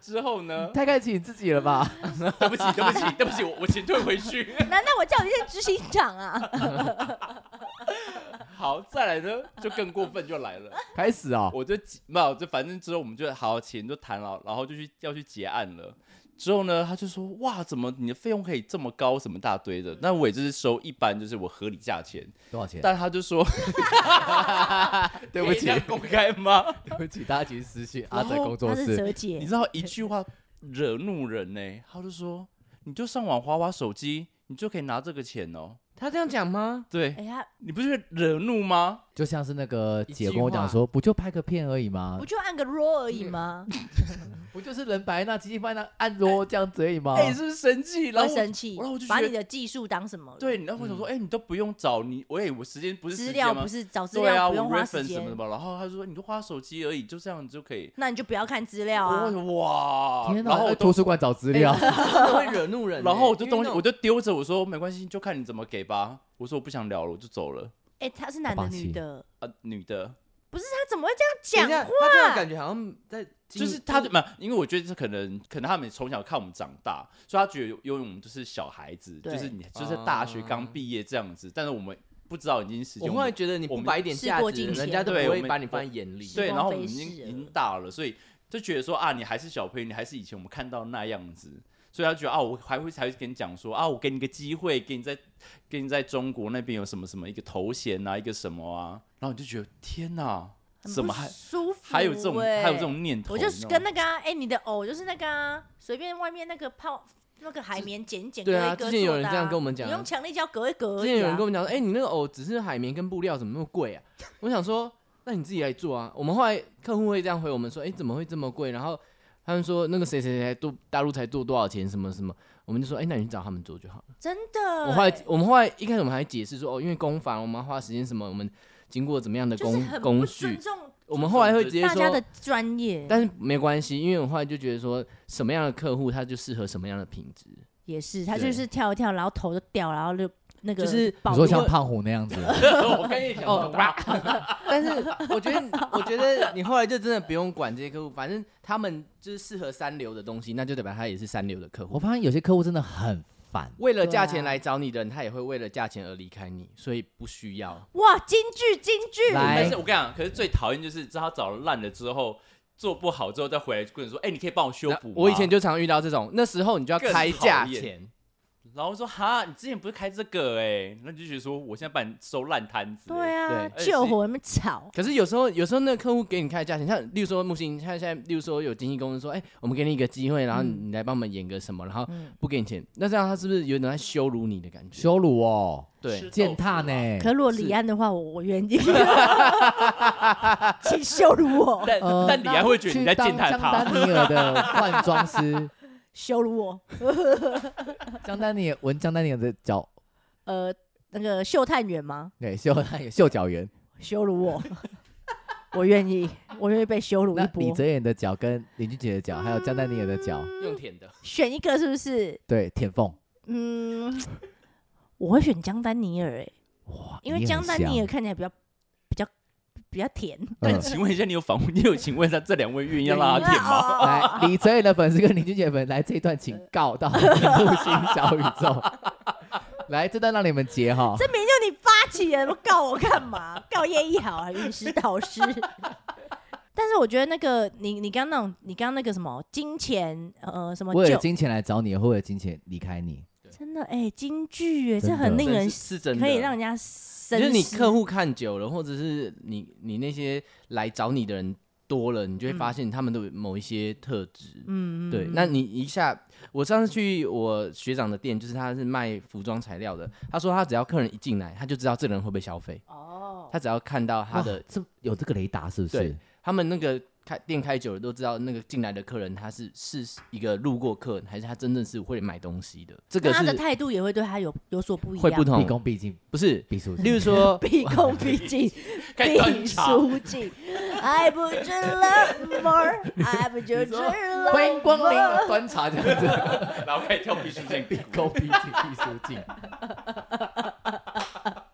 S2: 之后呢？
S3: 太看起你自己了吧？
S2: 对不起，对不起，对不起，我我请退回去。
S1: 难道我叫你是执行长啊？
S2: 好，再来呢，就更过分就来了，
S3: 开始哦，
S2: 我就急没有，就反正之后我们就好钱就谈了，然后就去要去结案了。之后呢，他就说哇，怎么你的费用可以这么高，什么大堆的？那我也就是收一般，就是我合理价钱。
S3: 多少钱？
S2: 但他 就说，
S3: 对不
S2: 可以
S3: 起
S2: 这，样公 开吗？
S3: 对不起，大家其实私讯
S5: 啊
S3: 阿
S2: 然
S3: 仔
S2: 后
S3: 工
S1: 他
S3: 作
S1: 是
S3: 室，
S1: 蛇
S2: 你
S1: 姐，
S2: 知道一句话惹怒人呢、他就说，你就上网划划手机，你就可以拿这个钱哦。
S5: 他这样讲 吗？
S2: 对
S1: 哎，呀，
S2: 你不是会惹怒吗？
S3: 就像是那个
S5: 一
S3: 姐
S5: 句
S3: 跟我讲
S5: 话
S3: 说，不就拍个片而已
S2: 啊
S3: 吗
S1: 不？就按个 roll 而已吗？
S3: 不就是人白那机器放那按罗这样子而已吗？
S2: 哎、你是不是生气？然
S1: 啊会
S2: 后我
S1: 生气
S2: 然后我就，
S1: 把
S2: 觉
S1: 你
S2: 得
S1: 的技术当什么了？
S2: 对，然后我想说，哎、你都不用找你，喂，我时间不是
S1: 资
S2: 时
S1: 料
S2: 间吗
S1: 不？是找资
S2: 对啊，
S1: 料
S2: 我
S1: 不用花时
S2: reference 什
S1: 间
S2: 么的，吧。然后他就说，你就花手机而已，就这样你就可以。
S1: 那你就不要看资料啊。
S2: 我哇！
S3: 天哪，哎
S2: 然后
S3: 在
S2: 我
S3: 图
S2: 都，哎
S3: 书馆找资料，
S5: 会惹怒人欸、
S2: 然后我就
S5: 因为
S2: 东
S5: 那
S2: 西
S5: 种
S2: 我就丢着，我说没关系，就看你怎么给吧。我说我不想聊了，我就走了。
S1: 哎，他是男的
S3: 霸气
S1: 女的？
S2: 啊，女的，
S1: 不是他怎么会这样
S5: 等一下
S1: 讲话？
S5: 他这样感觉好像在经，
S2: 就是他就没有，因为我觉得这可能可能他们从小看我们长大，所以他觉得因为我们就是小孩子，
S1: 对
S2: 就是你就是大学刚
S5: 啊
S2: 毕业这样子，但是我们不知道已经时间
S5: 我
S2: 我
S5: 忽
S2: 们
S5: 然觉得你
S2: 我
S5: 不
S2: 们
S5: 摆一点
S1: 事
S5: 价
S1: 过
S5: 值
S1: 境，
S5: 人
S1: 迁
S5: 家都不
S2: 对我
S5: 会
S2: 们
S5: 把你放
S2: 我
S5: 在眼里。
S2: 对，
S1: 光
S2: 然后我
S1: 飞
S2: 们已经
S1: 逝
S2: 已经
S1: 了
S2: 大了，所以就觉得说啊，你还是小朋友，你还是以前我们看到那样子，所以他觉得啊，我还会还会跟你讲说啊，我给你个机会，给你在给你在中国那边有什么什么一个头衔啊，一个什么啊，然后你就觉得天哪，
S1: 很
S2: 怎
S1: 不
S2: 么还
S1: 舒服？欸哎
S2: 还有这种还有这。种念头？
S1: 我
S2: 你
S1: 就
S2: 知
S1: 是
S2: 道
S1: 跟
S2: 吗
S1: 那个啊，哎，你的偶就是那个啊，随便外面那个泡那个海绵剪一剪，
S5: 对
S1: 割
S5: 啊
S1: 一割
S5: 之前有
S1: 做
S5: 人
S1: 的啊
S5: 这样跟我们讲啊
S1: 你用强力胶隔一隔而已啊。
S5: 之前有人跟我们讲说，哎、你那个藕只是海绵跟布料，怎么那么贵啊？我想说，那你自己来做啊。我们后来客户会这样回我们说，哎、怎么会这么贵？然后他们说那个谁谁谁做大陆才做多少钱，什么什么，我们就说，哎、那你去找他们做就好了。
S1: 真的，
S5: 我后来我们后来一开始我们还解释说，哦，因为工坊我们要花时间什么，我们经过怎么样的
S1: 就是
S5: 工、
S1: 很不
S5: 工
S1: 尊
S5: 序，
S1: 重
S5: 我们后来会直接
S1: 大家的
S5: 说。
S1: 专业，
S5: 但是没关系，因为我后来就觉得说，什么样的客户他就适合什么样的品质。
S1: 也是他
S5: 对
S1: 就是跳一跳，然后头就掉，然后就那个
S5: 就是
S1: 保
S3: 你说
S1: 命
S3: 像胖虎那 样子，
S2: 我跟你讲
S5: 哦，哇！ 但是我觉得，我觉得你后来就真的不用管这些客户，反正他们就是适合三流的东西，那就代表他也是三流的客
S3: 我
S5: 户。
S3: 发现有些客户真的很烦。
S5: 为了价钱
S1: 对啊
S5: 来找你的人，他也会为了价钱而离开你，所以不需要。
S1: 哇，京剧京剧，
S3: 来
S2: 但是我跟你讲，可是最讨厌就是知道他找了烂了之后，做不好之后再回来跟你说，哎、你可以帮我修
S5: 那
S2: 补吗。
S5: 我以前就常遇到这种，那时候你就要
S2: 更
S5: 开
S2: 讨
S5: 价
S2: 厌
S5: 钱，
S2: 然后说哈，你之前不是开这个哎、那你就觉得说我现在把你收烂摊子、
S1: 对
S2: 啊，
S1: 啊，
S2: 对
S1: 救火那么吵，
S5: 可是有时候，有时候那个客户给你开的价钱，像例如说木星，像现在例如说有经纪公司说，哎、我们给你一个机会，然后
S1: 嗯
S5: 你来帮我们演个什么，然后
S1: 嗯
S5: 不给你钱，那这样他是不是有点在羞辱你的感觉？
S3: 羞辱哦，
S5: 对，
S3: 践踏呢？
S1: 可如果李安的话，我我 愿意，请羞辱我，
S2: 但、
S5: 哦
S3: 呃
S2: 啊但李安会觉得你在践踏
S3: 去当
S2: 他。
S3: 江丹尼尔的换装师，
S1: 羞辱我，
S3: 江丹尼尔闻江丹尼尔的脚，
S1: 呃，那个秀探员吗？
S3: 对，秀那个秀脚员，
S1: 羞辱我，我愿意，我愿意被羞辱一
S3: 那李
S1: 波，
S3: 泽演的脚跟林俊杰的脚，还有江丹尼尔的脚，
S5: 用舔的。
S1: 选一个是不是？
S3: 对，田 凤，
S1: 嗯，我会选江丹尼尔哎、
S3: 哇，
S1: 因为
S3: 你
S1: 江
S3: 很
S1: 丹
S3: 像
S1: 尼尔看起来比较比较比较甜，
S2: 但
S3: 嗯
S2: 请问一下，你有访问？你有请问一下这两位愿意让他
S5: 嗯
S2: 舔吗？
S3: 来，李泽宇的粉丝跟林俊杰的粉丝来这一段，请告到木星小宇宙。 来，这段让你们截哈。
S1: 这明就你发起人，告我干嘛？ 告叶一豪啊，陨石导师。 但是我觉得那个你你刚那种你刚那个什么金钱呃什么
S3: 为了
S1: 就
S3: 金钱来找你，会为了金钱离开你。
S1: 真的哎、京剧哎，这
S3: 真的
S1: 很令人
S5: 是是真的，
S1: 可以让人家
S5: 就
S1: 深
S5: 是你
S1: 思
S5: 客户看久了，或者是你你那些来找你的人多了，你就会发现他们都有某一些特质。
S1: 嗯嗯
S5: 对，
S1: 嗯
S5: 那你一下，我上次去我学长的店，就是他是卖服装材料的，他说他只要客人一进来，他就知道这个人会不会消费，
S1: 哦
S5: 他只要看到他的
S3: 哇这有这个雷达是不
S5: 对
S3: 是？
S5: 他们那个开店开久了都知道，那个进来的客人他是是一个路过客人，还是他真正是会买东西的？这
S1: 那
S5: 个
S1: 他的
S5: 是
S1: 态度也会对他有有所不一样，
S5: 会不
S3: 毕
S5: 同，
S3: 恭毕敬，
S5: 不是？
S3: 毕书
S5: 嗯例
S3: 尽。
S5: 如 说，
S1: 毕恭毕敬，
S2: 该端
S1: 毕
S2: 茶
S1: 书尽。I would love more, I would love
S3: 欢迎光临啊
S1: more
S3: 端茶这样子，
S2: 然后开始跳皮书剑
S3: 毕恭毕敬，毕书尽。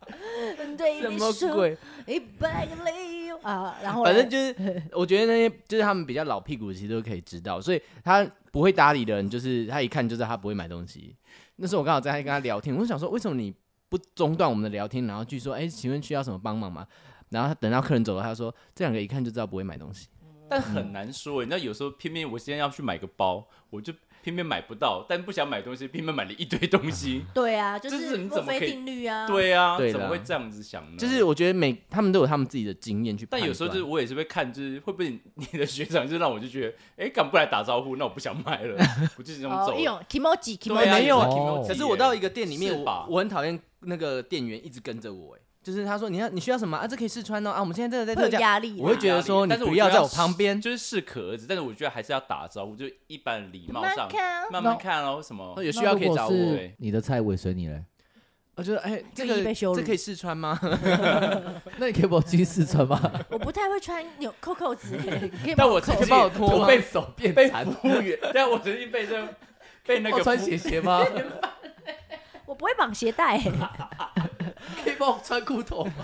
S1: 对
S5: 什
S1: 你
S5: 么
S1: 说
S5: 鬼？
S1: 一百个理由啊，然后
S5: 反正
S1: 嘞
S5: 就是，我觉得那些就是他们比较老屁股，其实都可以知道，所以他不会搭理的人，就是他一看就知道他不会买东西。那时候我刚好在跟他聊天，我就想说，为什么你不中断我们的聊天，然后去说，哎、请问需要什么帮忙吗？然后他等到客人走了，他说这两个一看就知道不会买东西。
S2: 但很难说，你知道，有时候偏偏我今天要去买个包，我就偏偏买不到，但不想买东西，偏偏买了一堆东 西。
S1: 对啊，就
S2: 这
S1: 是
S2: 是你怎
S1: 墨
S2: 么
S1: 菲
S2: 可以
S1: 定律啊，
S2: 对啊，
S5: 对啦
S2: 怎么会这样子想呢？
S5: 就是我觉得每他们都有他们自己的经验去判
S2: 嗯但
S5: 断，
S2: 有时候就是我也是会看，就是会不会你的学长就让我就觉得，哎、敢不来打招呼，那我不想买 了，我就这种
S1: 哦，
S2: 走
S1: 一
S2: 了。
S1: 种 emoji
S2: 对啊，
S1: emoji，
S5: 没有啊
S2: 哦
S5: 可是我到一个店里面，
S2: 是吧
S5: 我我很讨厌那个店员一直跟着我、哎，就是他说你要你需要什么啊？这可以试穿哦啊，我们现在这个在
S1: 会有
S5: 特价，
S1: 压力啦，
S5: 我会觉得说你
S2: 但是我
S5: 不
S2: 觉
S5: 要
S2: 得
S5: 在我
S2: 是
S5: 旁边。
S2: 就是适可而止，但是我觉得还是要打招呼，就一般礼貌
S1: 慢
S2: 上
S1: 看啊
S2: 慢慢看哦，什么
S5: 哦 有需要可以找我
S3: 那如
S5: 欸
S3: 果。是你的菜尾随你嘞，
S5: 我觉得哎，这
S1: 这个已
S5: 个
S1: 经被羞辱
S5: 这可以试穿吗？
S3: 那你可以帮我去试 穿吗？
S1: 我不太会穿纽扣扣 子，你可以
S2: 但
S1: 帮
S2: 我
S1: 扣
S2: 曾
S5: 可以
S2: 经
S5: 帮我脱吗
S2: 我
S3: 被
S2: 被
S3: 手变
S2: 被
S3: 残，
S2: 服务员，但我曾经被这被那
S3: 要
S2: 个
S3: 穿
S2: 服
S3: 鞋鞋 吗？
S1: 我不会绑鞋带，
S3: 可以帮我穿裤头吗？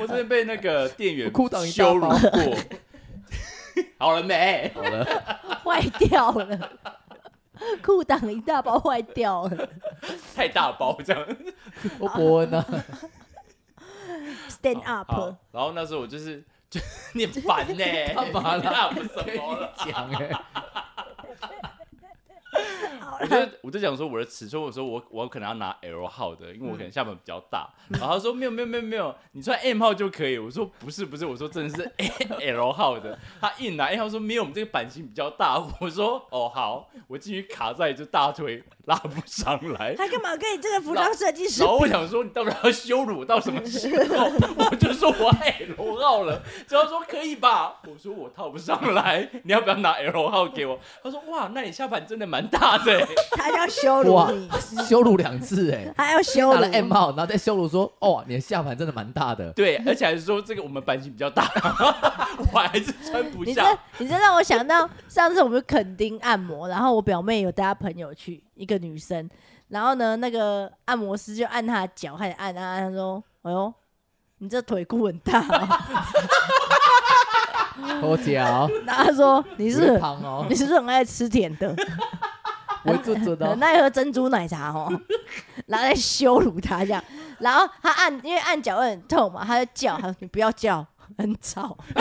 S2: 我真的被那个店员
S3: 我裤裆一大
S2: 羞辱
S3: 包
S2: 过。 好了没？
S3: 好了，
S1: 坏掉了，裤裆一大包坏掉了
S2: 太大包这样。
S3: 我伯恩呢？
S5: 啊
S1: ，stand up，
S2: 好然后那时候我就是就 你很烦呢、
S3: 干嘛啦
S2: 你那不什么了？
S3: 讲哎，
S2: 我就我就讲说我的尺寸，我说我我可能要拿 L 号的，因为我可能下巴比较大。然后他说没有没有没有没有，你穿 M 号就可以。我说不是不是，我说真的是 L 号的。他一拿 M 号说没有，我们这个版型比较大。我说哦好，我继续卡在就大腿拉不上来。
S1: 他干嘛跟你这个服装设计师
S2: 然？后我想说，你到底要羞辱我到什么时候？我就说我 L 号了，只要说可以吧。我说我套不上来，你要不要拿 L 号给我？他说哇，那你下盘真的蛮大的、欸。
S1: 他要羞
S3: 哇
S1: 辱你，，
S3: 羞辱两次哎。
S1: 他要羞辱
S3: 打了 M 号，然后再羞辱说：“哦，你的下盘真的蛮 大的。
S2: 对，而且还是说这个我们版型比较大， 我还是穿不
S1: 你这
S2: 下。
S1: 你这让我想到上次我们去垦丁按摩，然后我表妹有带她朋友去，一个女生，然后呢，那个按摩师就按她的脚，开始按按按，她说：“哎呦，你这腿骨很大、哦。
S3: 我脚，”
S1: 然后她说：“你
S3: 你
S1: 是不是
S3: 胖 哦
S1: 你，是不是很爱吃甜的，
S3: 我做 做的
S1: 很
S3: 哦。
S1: 爱喝珍珠奶茶哦？” 然后在羞辱她这样，然后她按，因为按脚会很痛嘛，她就叫，她说：“你不要叫，很吵。”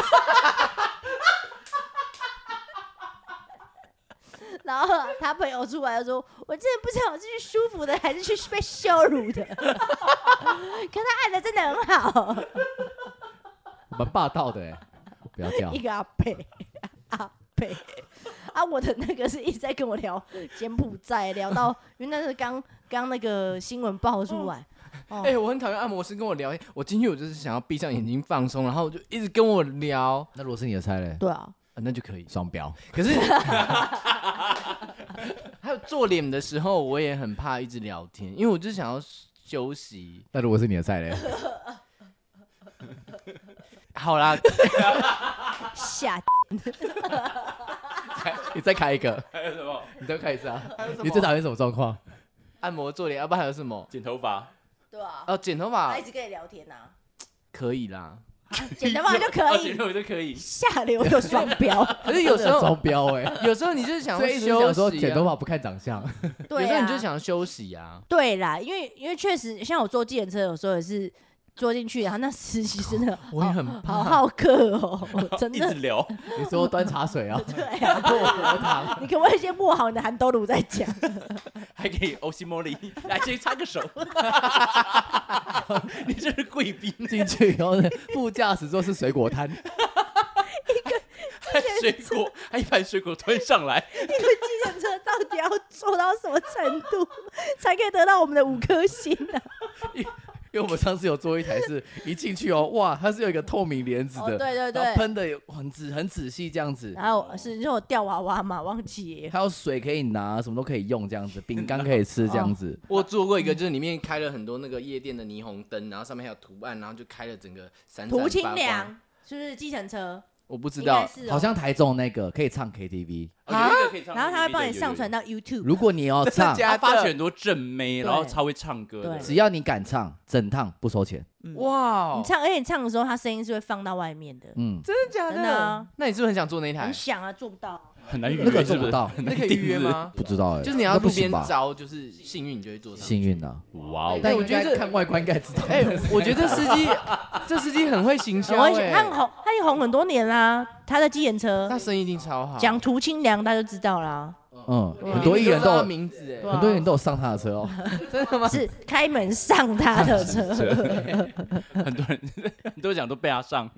S1: 然后他朋友出来就说：“我真的不知道我是去舒服的还是去被羞辱的。” 可他按的真的很好，
S3: 蛮霸道的哎，不要
S5: 哦
S3: 叫
S1: 一，个阿贝阿贝啊，我的那个是一直在跟我聊柬埔寨，聊 到因为那是刚刚那个新闻爆出来，
S5: 哎、我很讨厌按摩师跟我聊天，我进去我就是想要闭上眼睛放松，然后就一直跟我聊，
S3: 那如果是你的菜嘞，
S1: 对啊，
S5: 啊那就可以。
S3: 双标。
S5: 可是还有做脸的时候，我也很怕一直聊天，因为我就想要休息。
S3: 那如果是你的菜嘞，
S5: 好啦，
S1: 下
S3: 你再开一个，
S2: 还有什么
S3: 你再开一次啊。
S5: 么
S3: 你最讨厌什么状况？
S5: 按摩做脸，要、不然还有什么？
S2: 剪头发？
S1: 对啊，
S5: 哦，剪头发
S1: 他一直跟你聊天呐、 啊，
S5: 可以啦，
S1: 剪头发就 可
S2: 哦剪
S1: 以，
S2: 头发就可以。
S1: 下流又双 标，
S5: 可是有时候
S3: 双标哎，
S5: 有时候你就是想
S3: 所
S5: 要
S3: 以一直
S5: 休
S3: 想
S5: 息、啊
S3: 说，剪头发不看长相，
S1: 对、啊，
S5: 有时候你就想要休息啊。
S1: 对啦，因为因为确实，像我坐计程车，有时候也是坐进去，然后那司机真的
S5: 我也很
S1: 好好客 哦、 真
S2: 一直
S1: 的。
S2: 聊，
S3: 你说端茶 水啊，
S1: 对啊， 你可不可以先握好你的韩兜鲁再讲？
S2: 还可以欧西莫里， 来先插 个手。你这是贵 宾，
S3: 进去以后呢，副驾驶座是水果摊，
S2: 还水果，还一盘水果端 上来，
S1: 一个计程车到底要做到什么程度，才可以得到我们的五颗星呢、
S3: 因为我们上次有做一台是一进去哦，哇，它是有一个透明帘子
S1: 哦，
S3: 的，
S1: 对对
S3: 然后
S1: 对，
S3: 喷的有很仔很仔细这样子，
S1: 然后是你说我掉娃娃嘛，忘记
S3: 还有水可以拿，什么都可以用这样子，饼干可以 吃这
S5: 哦
S3: 样子，
S5: 我做过一
S3: 嗯
S5: 个，就是里面开了很多那个夜店的霓虹灯，然后上面还有图案，然后就开了整个闪闪
S1: 涂清
S5: 发光
S1: 凉，是不是计程车？
S5: 我不知
S1: 应该
S5: 道，
S1: 是哦
S3: 好像台中那个可以唱 KTV，
S2: 啊，有一个可以唱
S1: 然后他会
S2: KTV
S1: 帮
S2: 的
S1: 你
S2: 有
S1: 上
S2: 有
S1: 传
S2: 有
S1: 到 YouTube。
S3: 如果你要唱，
S5: 假
S2: 他
S5: 的
S2: 发掘很多正妹，
S1: 对
S2: 然后超会唱歌的
S1: 对，
S3: 只要你敢唱，整趟不收钱。
S1: 你
S5: 哇哦，
S1: 唱，而且你唱的时候，它声音是会放到外面的。
S3: 嗯，
S5: 真的假
S1: 真的啊
S5: 那你是不是很想做那一台
S1: 很？想啊，做不到。
S2: 很难预
S3: 那个
S2: 约，
S3: 做
S2: 是不
S3: 不
S2: 是？
S3: 到，
S5: 那可以预约吗？
S3: 不知道 哎，
S5: 就是你要
S3: 那不
S5: 路
S3: 行
S5: 边
S3: 吧？
S5: 招，就是幸运你就会坐上。
S3: 幸运啊，
S2: 哇哦！
S5: 但我觉得
S3: 应该
S5: 这
S3: 看外观应该知道。
S5: 哎、我觉得这司 机，这司机很会行销、
S1: 我会想
S5: 哎
S1: 他很红，他也红很多年啦。他的计程车
S5: 他生意一定超好。
S1: 讲涂清凉，大家就知道啦。
S3: 嗯，
S5: 对啊
S3: 很多艺人
S5: 你
S3: 都
S5: 知道
S3: 有
S5: 他名字哎、
S1: 对啊
S3: 很多艺人都有上他的车哦。
S5: 真的吗？
S1: 是开门上他的车。
S2: 很多人 很多人讲都被他上，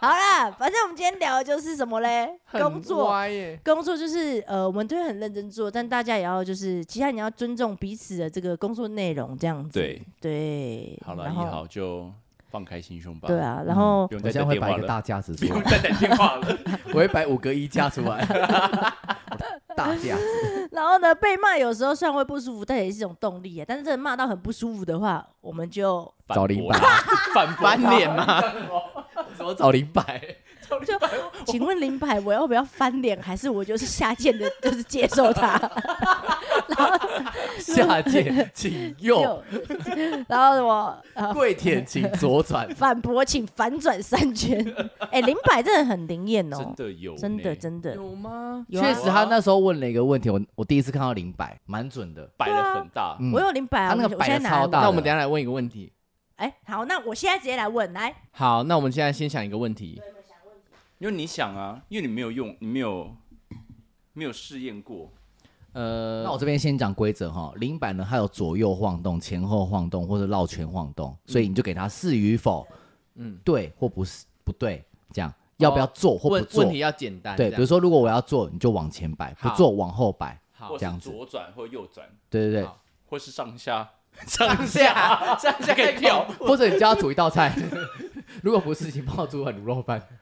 S1: 好啦，反正我们今天聊的就是什么嘞？
S5: 很
S1: 工作，
S5: 歪哎耶、
S1: 工作就是呃，我们都会很认真做，但大家也要就是，其他你要尊重彼此的这个工作内容，这样子。
S2: 对
S1: 对，
S2: 好了，
S1: 然
S2: 一
S1: 后
S2: 号就放开心胸吧。
S1: 对，
S3: 嗯
S1: 啊，然后
S2: 不用
S3: 我
S2: 再
S3: 现在
S2: 等
S3: 会
S2: 电
S3: 摆
S2: 话
S3: 一个
S2: 了，
S3: 大架子
S2: 不
S3: 出
S2: 用
S3: 来，
S2: 再等电话了。
S3: 我会摆五个衣架出 来，大架子。
S1: 然后呢，被骂有时候虽然会不舒服，但也是一种动力啊。但是真的骂到很不舒服的话，我们就
S2: 反
S3: 找
S2: 驳
S3: 零百，
S2: 反驳
S5: 翻脸 吗？
S3: 怎么找零百？
S1: 就请问林柏我要不要翻脸，还是我就是下贱的，就是接受 他？
S3: 下界请右，
S1: 然后我呃
S3: 跪舔请左转。
S1: 反驳，请反转三 圈。哎、林柏真的很灵验
S2: 真
S1: 哦，
S2: 的有呢，
S1: 真的真的
S5: 有吗？
S1: 有啊
S3: 确实，他那时候问了一个问题，我我第一次看到零百，蛮准的。
S2: 摆的很大。
S3: 嗯
S1: 我有林柏啊，
S3: 他那个
S1: 我我现在
S3: 摆得
S1: 拿来
S3: 超
S1: 问
S3: 大的
S5: 那我们等一下来问一个问题。
S1: 哎、好，那我现在直接来问，来，
S5: 好，那我们现在先想一个问题。
S2: 因为你想啊，因为你没有用，你没有没有试验过，
S5: 呃，
S3: 那我这边先讲规则哈，零板呢它有左右晃动、前后晃动或者绕圈晃动，所以你就给它是与否，
S5: 嗯
S3: 对或不是不对，这样要不要做或不
S5: 哦问
S3: 做
S5: 问题？要简单。
S3: 对，
S5: 这
S3: 比
S5: 样
S3: 如说如果我要做，你就往前摆；不
S5: 好
S3: 做往后摆。
S5: 好
S2: 或
S3: 这
S2: 是
S3: 样子
S2: 左转或右转，
S3: 对对对
S5: 好，
S2: 或是 上下，
S5: 上下上下
S2: 啊可以跳。
S3: 或者你叫他煮一道菜，如果不是，请帮我煮碗卤肉饭。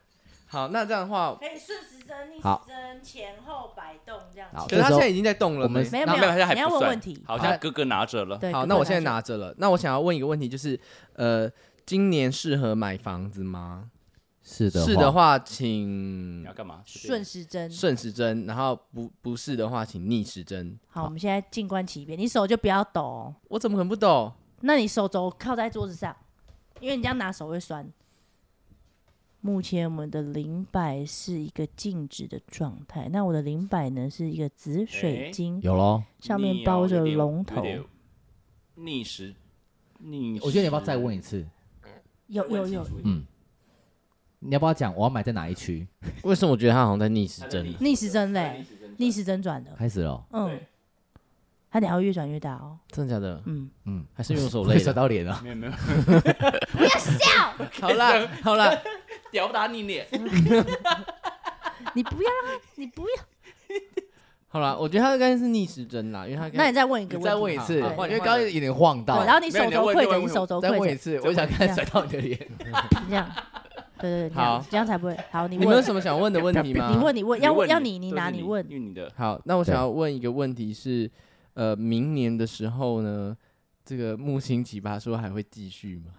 S5: 好，那这样的话，
S1: 可以顺时针、逆时
S3: 好
S1: 针、前后摆动这样
S3: 好
S5: 可是他
S3: 这时
S5: 现
S3: 候
S5: 在已经在动了。
S3: 我们
S1: 没有
S2: 那
S1: 没有，
S2: 他还
S1: 你要
S2: 不
S1: 问
S2: 算
S1: 问题。
S2: 好，现在哥哥拿着了，
S1: 对，
S5: 好，
S1: 哥
S5: 那
S1: 哥
S5: 我现在
S1: 拿
S5: 拿着了。那我想要问一个问题，就是呃，今年适合买房子吗？
S3: 是的，
S5: 是的
S3: 话，
S5: 话，
S2: 你
S5: 请
S2: 嗯要干嘛？
S1: 去顺时针。
S5: 顺时针，然后不不是的话，请逆时针。
S1: 好，我们现在静观其变，你手就不要抖哦、
S5: 我怎么可能不懂？
S1: 那你手肘靠在桌子上，因为你这样拿手会酸。目前我们的灵摆是一个静止的状态，那我的灵摆呢是一个紫水
S2: 哎
S1: 晶，
S3: 有喽。
S1: 上
S2: 逆
S1: 面
S2: 哦
S1: 包着
S2: 有点
S1: 龙头
S2: 有，点逆时逆时。
S3: 我觉得你要不要再问一次？
S1: 有有有，
S2: 嗯，
S3: 嗯，你要不要讲我要买在哪一区？
S5: 为什么我觉得他好像在逆时
S2: 他在
S5: 针？
S1: 逆时针嘞，
S2: 针
S1: 逆时针转的，
S3: 开始喽。
S1: 嗯
S2: 对，
S1: 它等下会越转越大哦，
S5: 真的假的？
S1: 嗯，
S3: 嗯，
S5: 还是用 手
S3: 会
S5: 累
S3: 甩
S5: 的？
S3: 到脸啊。
S2: 没有没 有，
S5: 好啦好啦，
S2: 屌打你脸！
S1: 你不要让它，你不要，
S5: 好啦，我觉得他应该是逆时针啦，因为他
S1: 那你再问一个问题，
S3: 你再问一次，
S5: 好
S3: 因
S5: 好啊换你
S3: 为刚刚有点晃
S1: 对
S3: 到。
S1: 然后你
S2: 没有
S1: 手
S2: 你要
S1: 肘
S2: 问
S1: 跪
S2: 你要
S1: 着，
S2: 问
S1: 你手肘
S3: 再
S1: 跪
S3: 问一
S1: 着，
S3: 次，我想看
S1: 样
S3: 甩到你 的脸。
S1: 这样， 对对对，这样
S5: 好
S1: 这样才不会，好，你
S5: 你们有
S1: 问，
S5: 什么想问的问题吗？
S1: 你问，你问，要
S2: 你问
S1: 要你，你
S2: 都
S1: 拿，
S2: 是
S1: 你
S2: 你
S1: 问
S2: 因。为你的
S5: 好，那我想要问一个问题是，呃，明年的时候呢，这个木星奇葩说还会继续吗？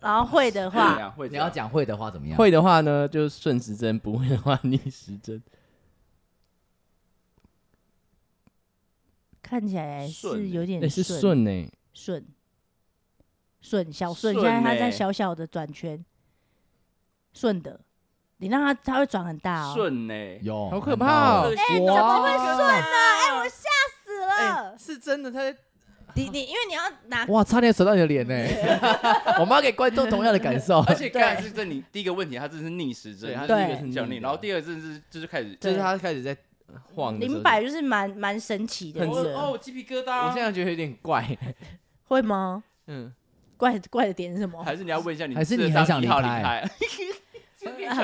S1: 然后会的
S2: 怎么
S1: 话，
S2: 样会
S3: 你
S2: 怎
S3: 要
S2: 样
S3: 讲会的话怎么样？
S5: 会的话呢，就顺时针；不会的话，逆时 针。
S1: 看起来
S2: 顺
S1: 是
S2: 欸
S1: 有点
S5: 哎，是
S1: 顺
S5: 顺呢、
S1: 顺顺小顺，欸现
S2: 顺
S1: 在他
S2: 欸
S1: 在小小的转圈，顺的，你让他他会转很大哦，
S2: 顺呢？
S3: 有，
S5: 好可怕哦
S3: 很
S2: 哎
S3: 好哇，
S1: 死了，
S5: 哎是真的，他在
S1: 你你因为你要 拿
S3: 哇，差点甩到你的脸呢！我们要给观众同样的感受。
S2: 而且刚才是这你第一个问题，他这是逆时针，
S5: 对，
S2: 他
S5: 他是一
S1: 对
S5: 个是逆
S2: 讲
S5: 的
S2: 你，然后第二个是就是开始，
S5: 就是他开始在晃的时候
S1: 零百，就是蛮蛮神奇的，
S5: 很
S1: 这
S2: 我
S1: 个
S2: 哦鸡皮疙瘩。
S5: 我现在觉得有点怪。
S1: 会吗？
S5: 嗯，
S1: 怪怪的点是什么？
S2: 还是你要问一下你，
S3: 还是你很想离
S2: 离
S3: 开
S2: 开？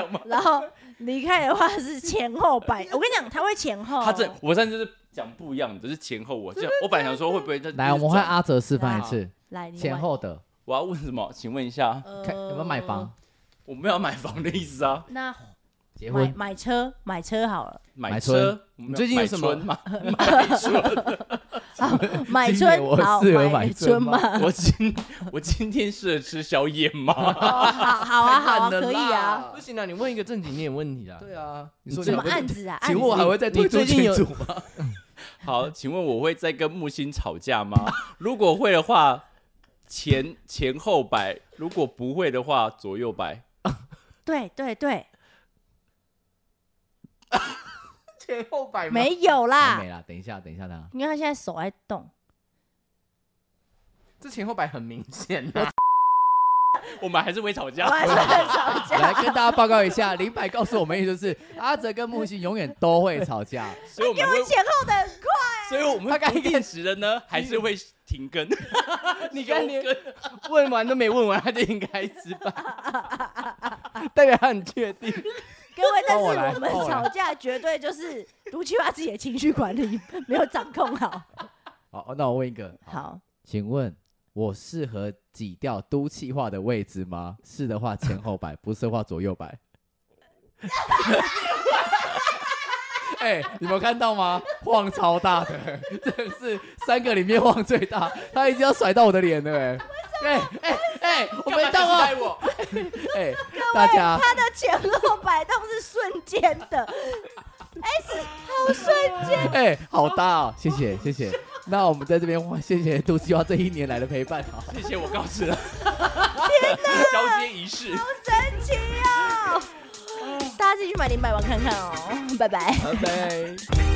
S1: 然后离开的话是前后 摆，我跟你讲，他会前后。哦
S2: 他这我上次就是讲不一样的，就是前后我这样，我本来想说会不会他
S3: 来，我们换阿哲示范一
S1: 来
S3: 次
S1: 来你
S3: 前
S1: 玩，
S3: 后的，
S2: 我要问什么？请问一下，
S1: 呃
S3: 看有没有买房、？哎
S2: 我没有买房的意思啊，
S1: 那
S3: 结
S1: 买
S3: 婚。
S1: 买车，买车好了，
S2: 买
S3: 买
S2: 车
S3: 春。
S2: 我们
S5: 最近有什么
S2: 买春嘛？买春，
S1: 哦买
S3: 今年
S1: 春
S3: 我
S1: 好
S3: 适合买
S1: 买
S3: 春
S1: 嘛？
S2: 我今我今天适合吃宵夜吗？
S1: 哦，好好啊，好啊，
S5: 太烂了
S1: 可以
S5: 啦
S1: 啊。
S5: 不行啊，你问一个正经点问题啊。
S3: 对啊，
S5: 你说
S1: 什
S5: 你
S1: 么案子啊？案
S3: 请问
S1: 子
S3: 我还会再退出
S5: 你最近
S3: 群
S5: 有
S3: 组吗？
S2: 好，请问我会再跟木星吵架吗？ 如果会的话，前前后摆；如果不会的话，左右摆。
S1: 对对对，
S5: 前后摆
S1: 没有啦
S3: 还没，啦，等一下，等一下他。
S1: 因为他现在手在 动。
S5: 这前后摆很明显啊。
S2: 我们还是会吵
S1: 我
S2: 架。
S1: 还是很吵架。
S3: 来跟大家报告一下，林柏告诉我们，意思就是阿哲跟木星永远都会吵架。
S2: 所以我们
S1: 我
S2: 会，
S1: 前后的很快，
S2: 所以我们该定时的呢，还是会停更。
S5: 你刚连
S2: 休
S5: 问完都没问完，他就应该知道， 代表他很确定。
S1: 各位，但
S3: 帮我来
S1: 是我 们
S3: 帮我来
S1: 吵架绝对就是毒气化自己的情绪管理没有掌控好。
S3: 好，那我问一个，
S1: 好，
S3: 请问我适合挤掉都气化的位置吗？是的话前后摆，不是的话左 右摆。哎、你们有看到吗？晃超大的， 真的是三个里面晃最大，他已经要甩到我的脸了哎、哎哎哎，我没动啊！
S2: 我。
S3: 哎、大家
S1: 他的前后摆动是瞬间的， 哎、是好瞬间。
S3: 哎、好大哦，谢谢谢谢。那我们在这边谢谢杜希望这一年来的陪伴啊。
S2: 谢谢，我告辞了。 交接仪式，
S1: 好神奇哦！大家自己去买零百玩看看哦，拜拜。
S3: 拜拜。